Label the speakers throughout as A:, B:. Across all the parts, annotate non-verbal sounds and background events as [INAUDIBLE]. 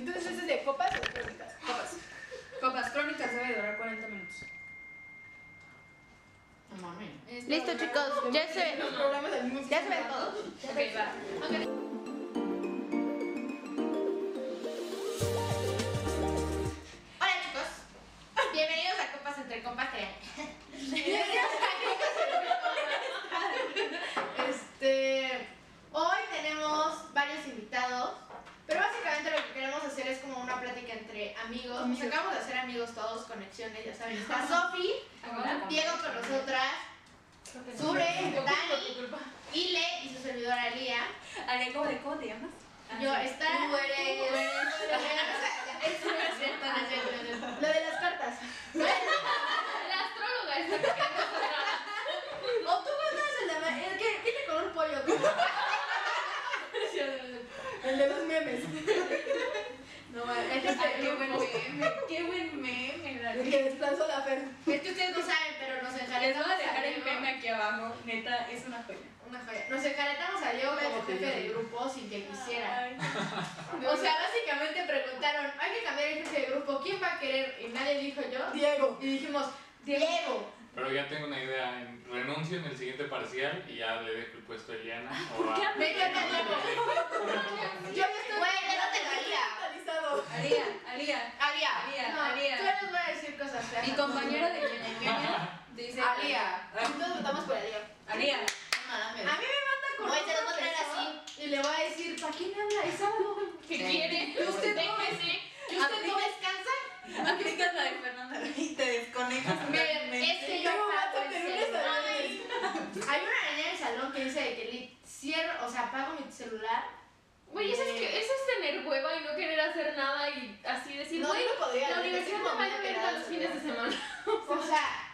A: ¿Entonces de copas o crónicas? Copas.
B: Copas crónicas debe durar 40 minutos.
C: No mames.
D: Listo, chicos, ya se ve.
A: Los programas del mismo
D: Ya se ve todo.
B: Ok, va.
C: Hola chicos, bienvenidos a Copas entre Compas Crean.
A: Este, hoy tenemos varios invitados, pero básicamente lo que queremos hacer es como una plática entre amigos. Nos acabamos de hacer amigos todos, conexiones, ya saben. [LAUGHS] Está Sofi, Diego con nosotras, Sure, Dani, Ile y su servidora Lía. Ah,
B: Ale, ¿cómo, de- ¿cómo te llamas?
A: Yo, está. Tú eres. [LAUGHS] Es una cierta, no es cierto, no es cierto. Lo de las cartas.
E: La astróloga está buscando
A: O tú cuentas el de. ma- eh, El que tiene color [LAUGHS] pollo. tú. El de los memes. No, es
B: ah, qué buen meme, qué buen meme. la
A: El
B: [LAUGHS] neta.
A: que desplazó la fe.
C: Es que ustedes no saben, pero nos
B: Les voy
C: enjaretamos
B: a dejar el
C: Diego.
B: meme aquí abajo, neta, es una joya.
A: Una joya.
C: Nos enjaretamos a Diego como jefe de grupo sin que quisiera.
B: Ay.
C: O sea, básicamente preguntaron, hay que cambiar el jefe de grupo, ¿quién va a querer? Y nadie dijo yo.
A: Diego.
C: Y dijimos, Diego.
F: Pero ya tengo una idea. en- Renuncio en el siguiente parcial y ya le dejo el puesto a Eliana. o a-
C: Me encanta
A: Yo
C: Yo estoy... Güey, ya no te valía.
A: Totalizado.
B: Alía, Alía.
C: Alia.
B: Alía,
C: No,
B: Alía.
C: Tú les voy a decir cosas feas.
B: Mi compañero de quien engaña dice.
C: Alía.
A: Entonces votamos por Diego.
B: [LAUGHS] Alía.
A: A mí me manda con
C: Güey, te lo voy a
A: otro
C: traer
A: peso.
C: así. Y le voy a decir, ¿para quién habla esa?
E: ¿Qué quiere?
B: Usted no
E: Déjese.
C: ¿Y usted no descansa?
B: Aplicas la de Fernanda. Y te desconectas.
C: Me, es que yo
A: Yo me
C: pago
A: mato,
C: el
A: pero no
C: celular.
A: sabes.
C: Hay una niña en el salón que dice de que le cierro, o sea, apago mi celular. Eh,
E: Güey, eso es, que, eso es tener hueva y no querer hacer nada y así decir,
A: No,
E: güey,
A: yo no podría,
E: la
A: la neta,
E: universidad
A: sí
E: no
A: me
E: vale
A: voy a
E: verga
A: quedar
E: los fines de semana.
C: O sea,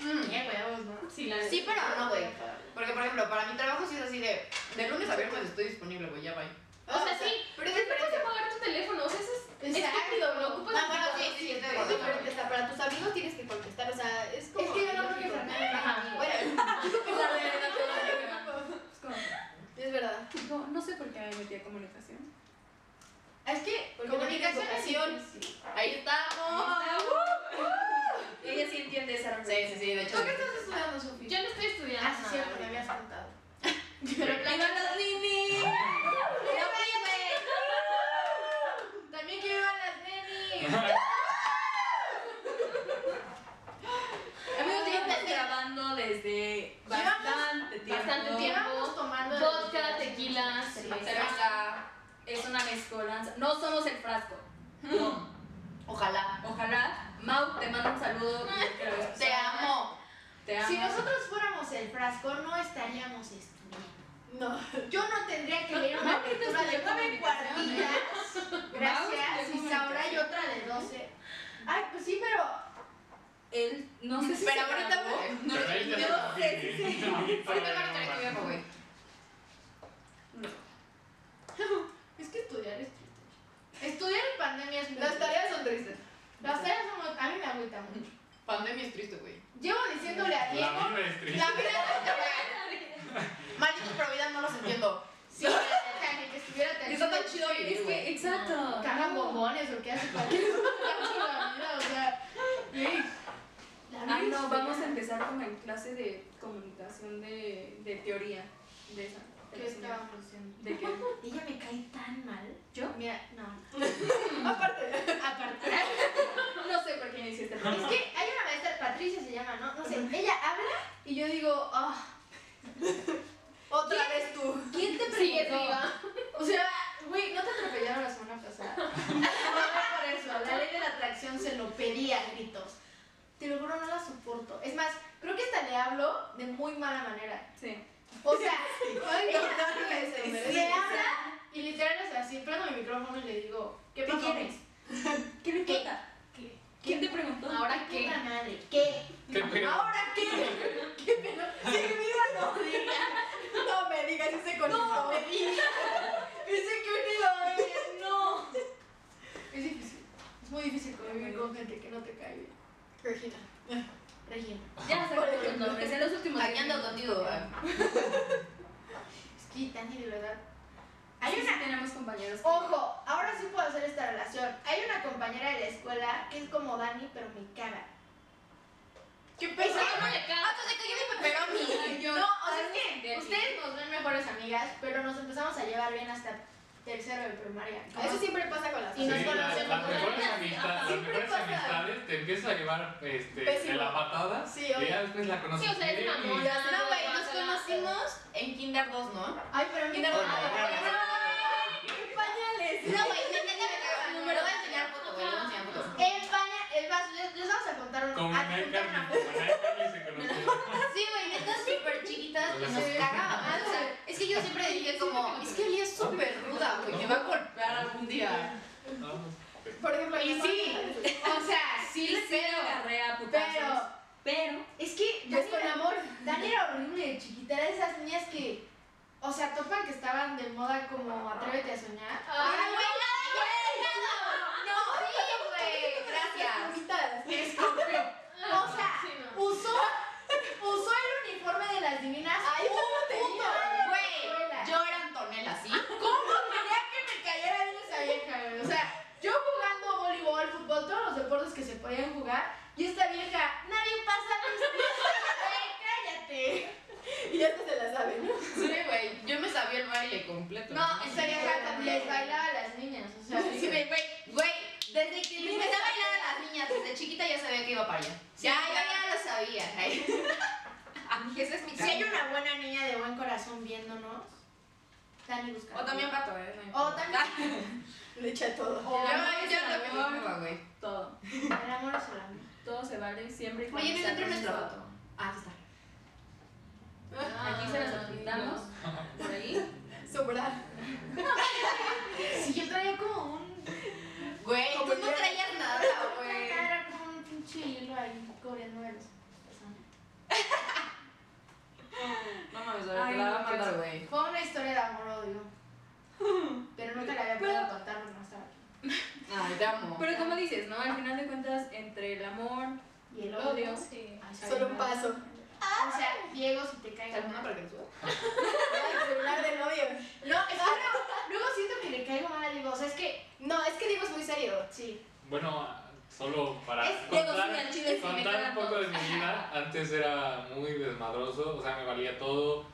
C: mm, qué huevos, ¿no?
E: Sí, la neta.
D: Sí, pero no, güey. Porque, por ejemplo, para mi trabajo sí es así de. De lunes a viernes estoy disponible, güey, ya va.
E: O sea, sí, pero
A: es
E: no puedes
A: diferente.
E: apagar tu teléfono, o sea, eso es
A: Exacto.
E: estúpido, no ocupas
D: Ah,
E: tu
D: bueno,
E: teléfono.
D: sí, sí, estoy de
A: Es
D: acuerdo.
A: diferente, hasta para tus amigos tienes que contestar, o sea, es como...
C: Es que yo no creo que
A: lógico.
C: Fernanda
E: Ajá.
C: tenga amigos.
D: [LAUGHS]
A: Bueno, [LAUGHS] es verdad.
B: No, no sé por qué me metí a comunicación.
A: Es que
C: Comunicación es
A: comunicación
D: Ahí estamos.
A: uh,
B: Ella sí entiende esa
D: Sí, sí, sí, de hecho.
A: ¿Tú qué estás estudiando, Sofía?
E: Yo no estoy estudiando.
C: Ah, sí,
E: nada,
C: cierto,
E: güey.
C: me habías contado.
B: las ninis!
C: También quiero ir a las nenis.
B: Amigos, llevamos grabando desde bastante tiempo.
E: bastante tiempo.
C: Llevamos tomando.
E: Vodka, tequila,
B: Cerveza. Es una mezcolanza. No somos el frasco. [LAUGHS] No.
D: Ojalá.
B: Ojalá. Mau, te mando un
D: [LAUGHS]
B: saludo.
D: Te amo.
B: Te amo.
C: Si nosotros fuéramos el frasco, no estaríamos estudiando.
A: No.
C: Yo no tendría que leer una
B: Mau, ¿qué te
C: lectura de
B: estudió
C: nueve
B: comunicación, eh?
C: cuartillas. Gracias.
B: estudió
C: Y Saura y
B: comunicación.
C: otra de doce. Ay, pues sí, pero.
B: Él, no sé si
D: Pero
B: se
D: ahorita,
B: grabó.
D: güey.
B: No,
F: Pero ahí ya
B: yo
F: está
B: no sé si se-
F: bien, ahorita
D: Ahorita van a
F: ya
D: tener que
F: no
D: verlo,
F: más.
D: güey.
C: Es que estudiar es triste. Estudiar en pandemia es muy
A: Las
C: triste.
A: tareas son tristes.
C: Las tareas son muy- A mí me agüita mucho.
D: Pandemia es triste, güey.
C: Llevo diciéndole a Diego.
F: La vida es triste.
D: La vida es triste, güey. Malditos pero vida no los entiendo.
C: Sí, la neta, ni que estuviera tan
D: Está tan chido
B: Es
D: vivir,
B: que,
D: güey. Ah,
B: exacto.
C: Cagan bombones o qué hace cualquier cosa, mira, o sea. ey, la vida
B: Ay,
C: es
B: Ah, no,
C: fea.
B: vamos a empezar como en clase de comunicación de, de teoría. De esa. de
C: ¿Qué
B: la señora.
C: estábamos haciendo?
D: [LAUGHS]
B: ¿De qué?
C: Ella me cae tan mal.
B: ¿Yo?
C: Mira, no.
A: Aparte,
C: Aparte.
B: No sé por qué este me hiciste
C: Es que hay una maestra, Patricia se llama, ¿no? No sé, ella habla y yo digo, ah,
A: otra vez tú.
C: ¿quién te
E: Sí,
C: preguntó?
E: diga.
C: O sea, güey, ¿no te atropellaron la semana pasada? No, no por eso. La ley de la atracción se lo pedía a gritos. Te lo juro, no la soporto. Es más, creo que hasta le hablo de muy mala manera.
B: Sí.
C: O sea, ella
A: sí,
C: le
A: sí.
C: habla y literal es así, prendo mi micrófono y le digo, ¿qué
B: ¿Qué
C: pasó?
B: quieres? ¿Qué le importa?
C: ¿Qué?
B: ¿Quién te preguntó?
E: Ahora
C: ¿Qué?
E: qué.
C: Puta madre, ¿qué?
F: ¿Qué pedo?
A: ¿Ahora qué?
C: Sí, mira, no.
A: No me digas ese conito. No, me digas.
C: Dice que un hilo, eh, no. Es difícil. Es muy difícil convivir con gente que no te cae bien.
A: Regina.
C: Regina.
B: Ya sacaron los nombres en los últimos
D: Aquí ando
B: diez
D: contigo, güey.
C: Es que Tania, de verdad.
B: Hay
C: Hay
B: una.
C: una.
B: Tenemos compañeros.
C: Ojo, ahora sí puedo hacer esta relación. Hay compañera de la escuela que es como Dani, pero me caga.
G: ¡Qué
E: O sea,
G: pesado!
E: yo no le cago.
G: ¡Ah, entonces que yo me pepperoni!
C: No, o sea, es que
E: Dani.
C: ustedes nos ven mejores amigas, pero nos empezamos a llevar bien hasta tercero de primaria.
A: Eso siempre pasa con las
C: Y nos
F: Sí, la-
C: conocemos
F: las
C: con
F: mejores
E: algunas, ajá.
F: amistades, las
A: Siempre
F: mejores
A: pasa.
F: amistades te empiezas a llevar este, de
A: Pésimo.
F: la patada
A: Sí,
F: y
A: oye.
F: ya después la conoces
E: Sí, o sea, es
F: bien y-
E: mamona.
G: No, güey, nos conocimos en Kinder 2, ¿no?
C: Ay, pero a mí
G: Kinder
C: no.
G: 2.
A: pañales.
G: No, güey, neta, neta me caga. No, voy a enseñar fotos, güey, voy a enseñar fotos.
C: El paña, el vaso, les, les vamos a contar un,
F: Como
C: a
F: una
C: contar una-
F: Carmen, como una Carmen se conocieron.
G: Sí, güey, netas súper chiquitas y nos
B: Ah,
G: cagaban. O sea, es que yo siempre dije como, es que Oli es súper ruda, güey, me va a golpear algún día.
F: Vamos.
A: Por ejemplo,
C: Y
A: yo-
C: sí, o sea,
B: Sí,
C: sí,
B: sí,
C: pero,
B: carrera, putazos.
C: pero,
B: pero.
C: es que
A: Yo
C: Dani
A: con
C: era,
A: amor.
C: Dani era horrible de chiquita, era de esas niñas que, o sea, topan que estaban de moda como Atrévete a soñar.
E: Ay, güey.
G: No, sí, güey, gracias.
A: Bonitas.
C: O sea,
E: Sí, no.
C: usó, usó el uniforme de las divinas.
A: Ay, eso no
C: un
A: tenía.
C: punto,
G: Güey, yo era Antonella, ¿sí?
C: ¿Cómo quería que me cayera bien esa vieja, güey? O sea, yo jugando voleibol, fútbol, todos los deportes que se podían jugar, y esta vieja, nadie pasa mis pies. Güey, cállate.
A: Y ya se la saben.
G: Sí, güey, yo me sabía el baile completo.
C: No, esta vieja también les bailaba a las niñas, o sea,
G: Sí, güey, güey, güey, desde que le empecé a bailar a las niñas, desde chiquita ya sabía que iba para allá. Ya, yo ya lo
B: [LAUGHS]
G: sabía. A mí ese es mi
C: si hay una buena niña de buen corazón viéndonos, Dani busca.
B: O también pato, ¿eh? No Ah,
C: O también.
A: Le echa todo.
C: O
B: Ya,
C: el
B: ya, ya,
G: Yo no me güey.
B: todo.
C: amor es el amor.
B: Todo se vale siempre. y cuando
G: Oye, no
B: sea
G: encontré nuestra
B: consensuado.
G: foto. Ah, aquí está.
B: Aquí se las apuntamos. Por ahí.
A: Sobrar.
C: Si yo traía como un.
G: Güey, tú
A: Como
G: no
A: ya-
G: traías nada,
C: [LAUGHS]
G: güey.
C: Era como un pinche hilo ahí corriendo de los.
G: No mames,
B: ahora te la va a mandar,
G: güey.
C: Fue una historia de amor
G: [LAUGHS]
C: odio. Pero nunca la había podido contar porque no estaba aquí.
B: Ah,
G: Ay, te amo.
B: Pero como dices, ¿no? Al final de cuentas, entre el amor,
C: Y el
B: el
C: odio.
B: odio.
E: Sí.
C: Ay, sabe
A: Solo un
C: mal.
A: paso.
C: O sea, Diego, si te
G: ¿Te
C: caigo
G: alguna
C: mal.
G: para
A: [LAUGHS]
G: que lo subas?
A: El celular del novio.
C: No, es que luego, luego siento que le caigo mal a Diego. O sea, es que.
A: No, es que Diego es muy serio.
C: Sí.
F: Bueno, solo para
C: Es
B: Diego, sí, al
F: contar,
B: chile sí, me
F: contar
B: cagan
F: un poco de
B: todos.
F: mi vida, antes era muy desmadroso, o sea, me valía todo,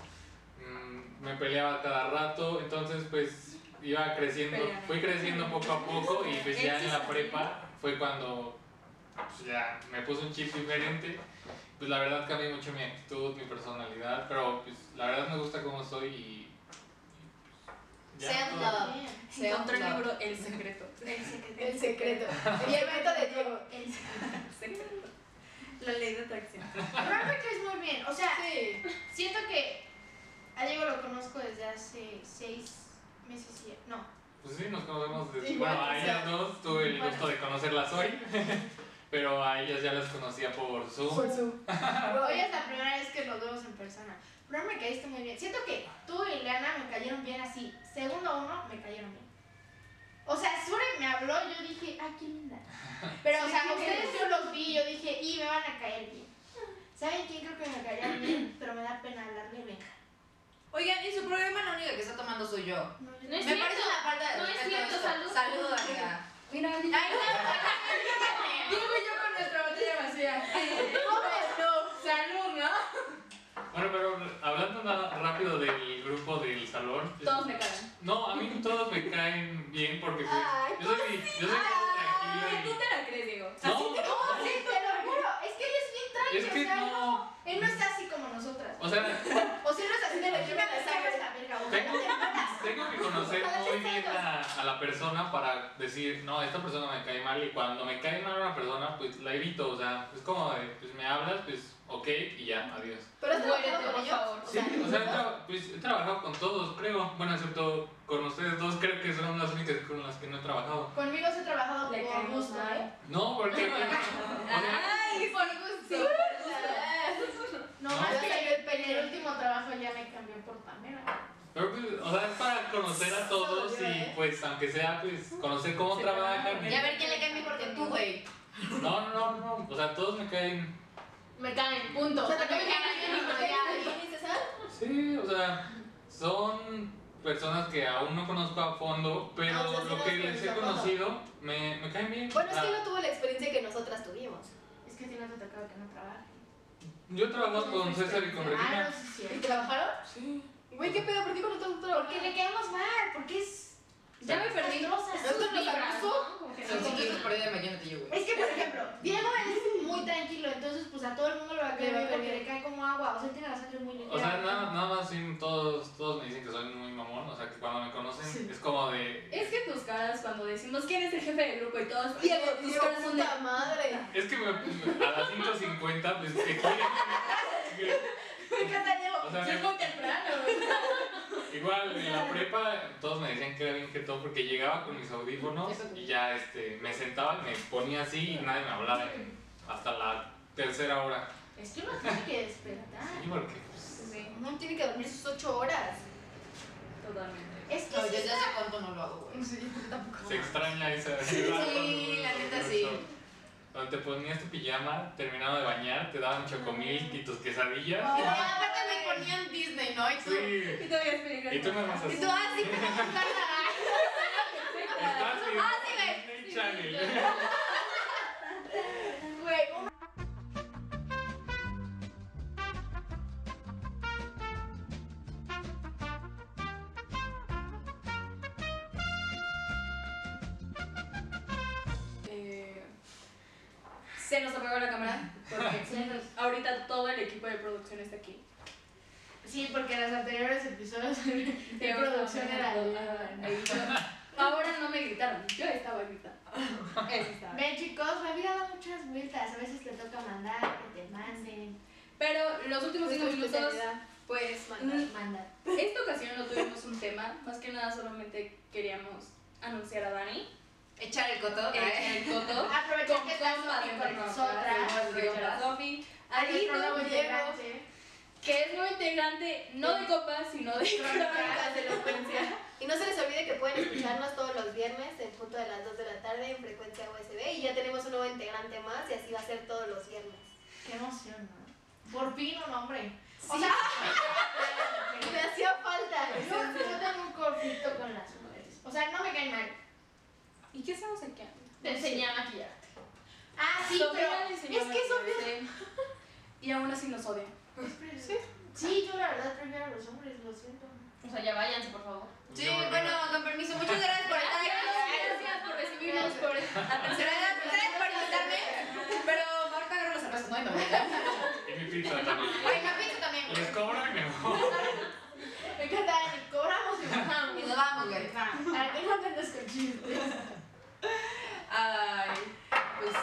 F: mm, me peleaba cada rato, entonces pues iba creciendo,
B: Peleame.
F: fui creciendo poco a poco y
B: [LAUGHS]
F: pues ya en
B: Exes
F: la
B: así.
F: prepa fue cuando pues, ya me puse un chip diferente, pues la verdad cambié mucho mi actitud, mi personalidad, pero pues la verdad me gusta cómo soy y... y, pues, ya
G: Sean
F: todo.
G: love.
C: Bien.
G: Se
B: encontré el
G: llama-
B: libro El Secreto.
C: El secreto.
A: El secreto. Y el reto de Diego.
C: El secreto.
B: Secreto. La ley de atracción.
C: Pero me caes muy bien. O sea,
A: Sí.
C: siento que. A Diego lo conozco desde hace seis meses y. No.
F: Pues sí, nos conocemos desde.
A: Igual,
F: bueno, a
A: o sea,
F: ellas dos tuve el
C: igual.
F: gusto de conocerlas hoy, [LAUGHS] pero a ellas ya las conocía por Zoom.
A: Por su.
C: Hoy es la primera vez que los vemos en persona. Pero me caíste muy bien. Siento que tú y Lana me cayeron bien así. Segundo uno, me cayeron bien. O sea, Sure me habló y yo dije, ah, qué linda. Pero, o sea, ustedes yo los vi y yo dije, y me van a caer bien. ¿Saben quién creo que me caerían bien? Pero me da pena hablarle de Benja.
G: Oigan, en su programa la única que está tomando soy yo.
C: No, yo-
E: No es
G: me
E: cierto.
G: parece una falta de
E: No es
G: respeto
E: cierto,
G: eso.
E: salud.
G: Salud, amiga.
B: Mira,
G: Ay,
B: Diego
G: no,
B: y yo con nuestra botella vacía. Salud, ¿no?
F: Bueno, pero hablando nada rápido del grupo del salón. es-
B: Todos me cagan.
F: No, a mí todos me caen bien porque pues,
A: Ay,
F: yo soy, yo soy
B: Ay,
F: tranquilo.
B: tú te la crees, Diego.
F: y- No,
C: Sí, te lo juro. Es que él es bien tranqui.
F: es que
C: o sea,
F: no.
C: él no está así como nosotras.
F: O sea,
C: O sea, él no es así de la chica
A: Tengo-
C: de sangre. la verga. ojalá
F: tengo-
C: te mueras.
F: Tengo que conocer
C: Ojalá
F: muy
C: sea
F: bien a, a la persona para decir, no, esta persona me cae mal y cuando me cae mal una persona, pues la evito, o sea, es como de, pues me hablas, pues ok y ya, adiós.
A: Pero has
E: Muérete,
A: trabajado con
E: por
A: ellos.
E: favor.
F: Sí, o sea, he tra- pues he trabajado con todos, creo, bueno, excepto con ustedes dos, creo que son las únicas con las que no he trabajado.
C: Conmigo se ha trabajado
B: Le
C: por
B: caemos
C: gusto,
B: mal.
C: ¿eh?
F: No, porque...
B: Ay, por gusto.
C: No,
F: No,
C: más
A: ya
C: que
A: salió
C: el, el último trabajo ya me cambió por Pamela.
F: Pero, pues, o sea, es para conocer a todos y pues aunque sea, pues conocer cómo
B: Sí,
F: trabajan.
G: Y a ver quién le cae mejor que tú, güey.
F: No, no, no, no, o sea, todos me caen...
E: Me caen, punto.
A: O sea,
E: No
A: [LAUGHS]
E: me
A: también
E: caen,
A: me
E: no me caen.
A: dices, ah,
F: Sí, o sea, son personas que aún no conozco a fondo, pero
A: Ah, o sea, sí
F: lo
A: las
F: que
A: conoces
F: les he
A: a fondo.
F: conocido me, me caen bien.
H: Bueno, es que
F: Ah,
H: él no tuvo la experiencia que nosotras tuvimos.
C: Es que a ti no te tocaba que no trabajas.
F: Yo trabajo con César y con
C: Ah,
F: Regina.
C: no, sí, es
H: ¿Y
C: cierto.
H: trabajaron?
F: Sí.
H: Güey, ¿qué pedo? ¿Por qué con nosotros
C: Porque le quedamos mal, porque es.
E: Ya me perdí.
H: Nosotros nos abusó.
G: Son ciclos por día de mañana te llevo.
C: Es que, por ejemplo, Diego es muy tranquilo, entonces, pues a todo el mundo le va a
H: Le
C: caer
H: va a
C: bien porque
H: caer
C: le cae como agua. O sea, él tiene la sangre muy ligera.
F: O sea, nada, nada más sí, todos, todos me dicen que soy muy mamón, o sea, que cuando me conocen es como de...
B: Es que tus caras cuando decimos quién es el jefe del grupo y todos, Diego, tus
H: Digo,
B: caras son de...
H: puta madre.
F: Es que me, a las 5.50, pues, que quieren...
C: Me encanta Diego.
F: O sea,
B: Llegó temprano.
F: Igual, en la prepa todos me decían que era bien todo porque llegaba con mis audífonos y ya este, me sentaba y me ponía así y nadie me hablaba en- hasta la tercera hora.
C: Es que uno tiene que despertar.
F: Sí, porque pues,
H: No tiene que dormir sus ocho horas.
B: Totalmente.
C: Es que
G: No, yo
C: sí,
G: ya hace cuánto no lo hago, güey.
F: se extraña esa [LAUGHS]
G: Sí, la neta sí.
F: Cuando te ponías tu pijama, terminaba de bañar, te daban chocomilk y tus quesadillas.
G: Y luego aparte me ponían Disney, ¿no? Y tú,
F: Sí.
B: Y todavía es peligroso.
F: Y tú me vas así.
G: y tú ah, sí, pero no nada. ah,
F: Estás viendo Disney Channel.
C: güey.
B: Eh, se nos apagó la cámara porque ahorita todo el equipo de producción está aquí.
C: Sí, porque en los anteriores episodios [LAUGHS] de producción era.
B: Ahí yo- Ahora no me gritaron, yo estaba gritando. Eso estaba.
C: Ven, chicos, la vida da muchas vueltas. A veces te toca mandar, que te manden.
B: Pero los últimos cinco minutos, pues
C: Mandar, mandar.
B: Esta ocasión no tuvimos un tema, más que nada solamente queríamos anunciar a Dani,
G: Echar el coto, ¿eh?
B: el coto,
C: Aprovechar
B: con
C: que está
B: compas
C: Sofi
B: de
C: con nosotras.
B: nosotras, Sofi,
C: A nuestro nuevo
B: Alito, Diego,
C: integrante.
B: que es nuevo integrante, no de copas, sino de
H: Crónicas de elocuencia. Y no se les olvide que pueden escucharnos todos los viernes en punto de las 2 de la tarde en frecuencia USB y ya tenemos un nuevo integrante más y así va a ser todos los viernes.
C: Qué emoción, ¿no? Por fin un hombre. O
H: Sí.
C: sea,
H: Me hacía falta.
C: yo, yo tengo un conflicto con las mujeres. O sea, no me caen mal.
B: ¿Y qué estamos aquí?
E: Te enseñé a maquillar.
C: Ah, sí,
B: Sofía
C: pero
B: le
C: es que
B: enseñó a
C: eso
B: maquillarse, Y aún así nos odia.
C: Sí. Sí, yo la verdad prefiero a los hombres, lo siento.
E: O sea, ya váyanse, por favor.
G: Sí, bueno, con permiso, muchas gracias por estar aquí.
E: Gracias por recibirnos, por
G: Gracias gracias por invitarme. Pero mejor que agarro los cervezas, no, no.
F: Y mi pizza
G: [LAUGHS]
F: también.
G: Ay, la pizza también.
F: Les cobro y me voy.
C: Me encanta, Dani, cobramos [LAUGHS] y bajamos.
G: Y nos vamos, güey.
C: Para que no te descochiste.
B: Ay, pues,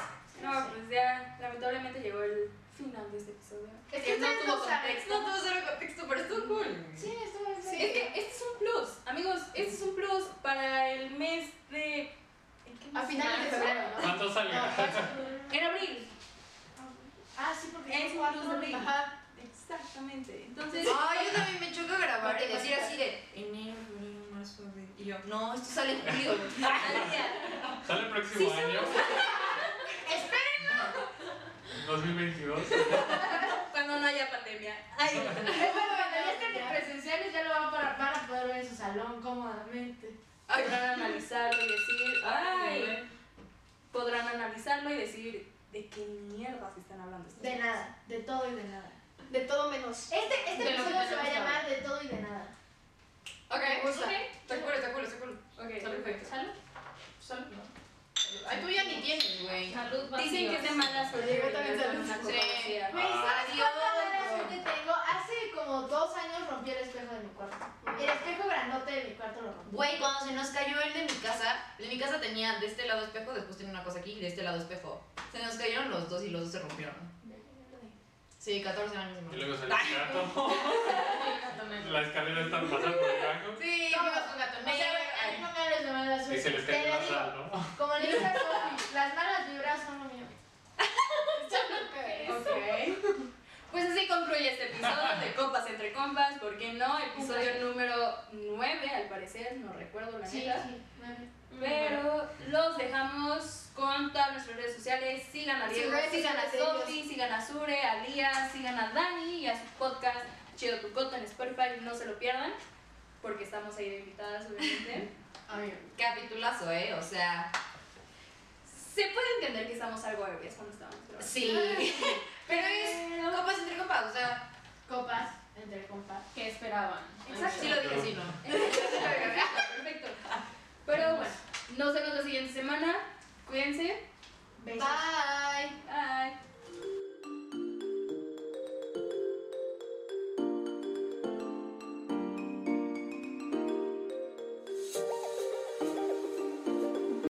B: no, pues ya lamentablemente llegó el final de este episodio.
C: Es que ustedes no saben.
G: No tuvo cero contexto, pero estuvo cool.
C: Sí, esto es
B: Sí, es que este es un plus, amigos, este es un plus para el mes de... ¿en qué
C: A
B: mes?
C: finales de febrero, ¿no?
F: ¿Cuánto salió?
B: En abril.
C: Ah, sí, porque
B: Es
C: es
B: un
C: cuatro
B: plus de abril.
C: Ajá.
B: Exactamente. Entonces,
G: Ay, yo también me choca grabar y decir así de enero, febrero, marzo, abril. Y yo, no, esto sale en
B: [LAUGHS]
G: julio.
B: al día.
F: ¿Sale el próximo año?
G: [LAUGHS]
F: ¡Espérenlo! ¿2022?
B: cuando no haya pandemia. Ay,
C: Es bueno, cuando ya estén en presenciales ya lo van para, van a poder ver en su salón cómodamente.
B: podrán analizarlo y decir, ay, podrán analizarlo y decir de qué mierdas están hablando. estos
C: De
B: niños?
C: nada, de todo y de nada.
H: De todo menos.
C: Este, este
E: De lo que
C: episodio se va a
E: tenemos
C: llamar De todo y de nada.
G: Ok,
E: gusta.
G: Está cool, está cool, está cool.
B: Ok,
G: Salud, güey.
E: Salud.
G: Salud, ¿no? Ay, tú ya ni tienes, güey.
E: Salud,
B: Dicen que es de mala suerte.
H: Yo también
B: brindar con
H: salud.
B: una copa
G: Sí.
B: vacía.
C: Güey,
F: Ah.
C: ¿sabes
G: Adiós,
C: cuánta mala
G: bro.
C: suerte tengo? Hace como dos años rompí el espejo de mi cuarto. El espejo grandote de mi cuarto lo rompí.
G: Güey, cuando se nos cayó el de mi casa, el de mi casa tenía de este lado espejo, después tenía una cosa aquí y de este lado espejo. Se nos cayeron los dos y los dos se rompieron. Sí, 14
F: Y
G: años. hermano.
F: luego salió el gato. La escalera está pasando por el banco.
G: Sí,
C: No.
G: fuimos con gato
C: O sea, güey, a mí
G: negro.
C: no me hables de mala
F: Y
C: suerte.
F: se les
C: Te
F: cayó
C: lo
F: la
C: digo,
F: sal, ¿no?
C: Como le dice a Sofi, las malas vibras son lo mío.
B: Ok. [LAUGHS] Pues así concluye este episodio de Copas entre Compas, ¿por qué no? Episodio número 9, al parecer, no recuerdo la
C: Sí,
B: neta.
C: sí. vale.
B: Pero los dejamos con todas nuestras redes sociales. Sigan a Diego,
H: redes
B: sigan a
H: sociales de
B: Sofi, sigan a Sure, a Lía, sigan a Dani y a su podcast Chido Tu Coto en Spotify, no se lo pierdan. porque estamos ahí de invitadas, obviamente.
G: Capitulazo, ¿eh? O sea,
B: [LAUGHS] Se puede entender que estamos algo bebés cuando estábamos grabando.
G: [LAUGHS] sí. Pero es copas entre copas, o sea,
A: Copas, entre compas.
E: que esperaban.
B: Exacto.
G: sí lo dije, sí, ¿no?
B: [LAUGHS] Perfecto. Pero bueno, nos vemos la siguiente semana. Cuídense.
A: Besos.
G: Bye.
B: Bye.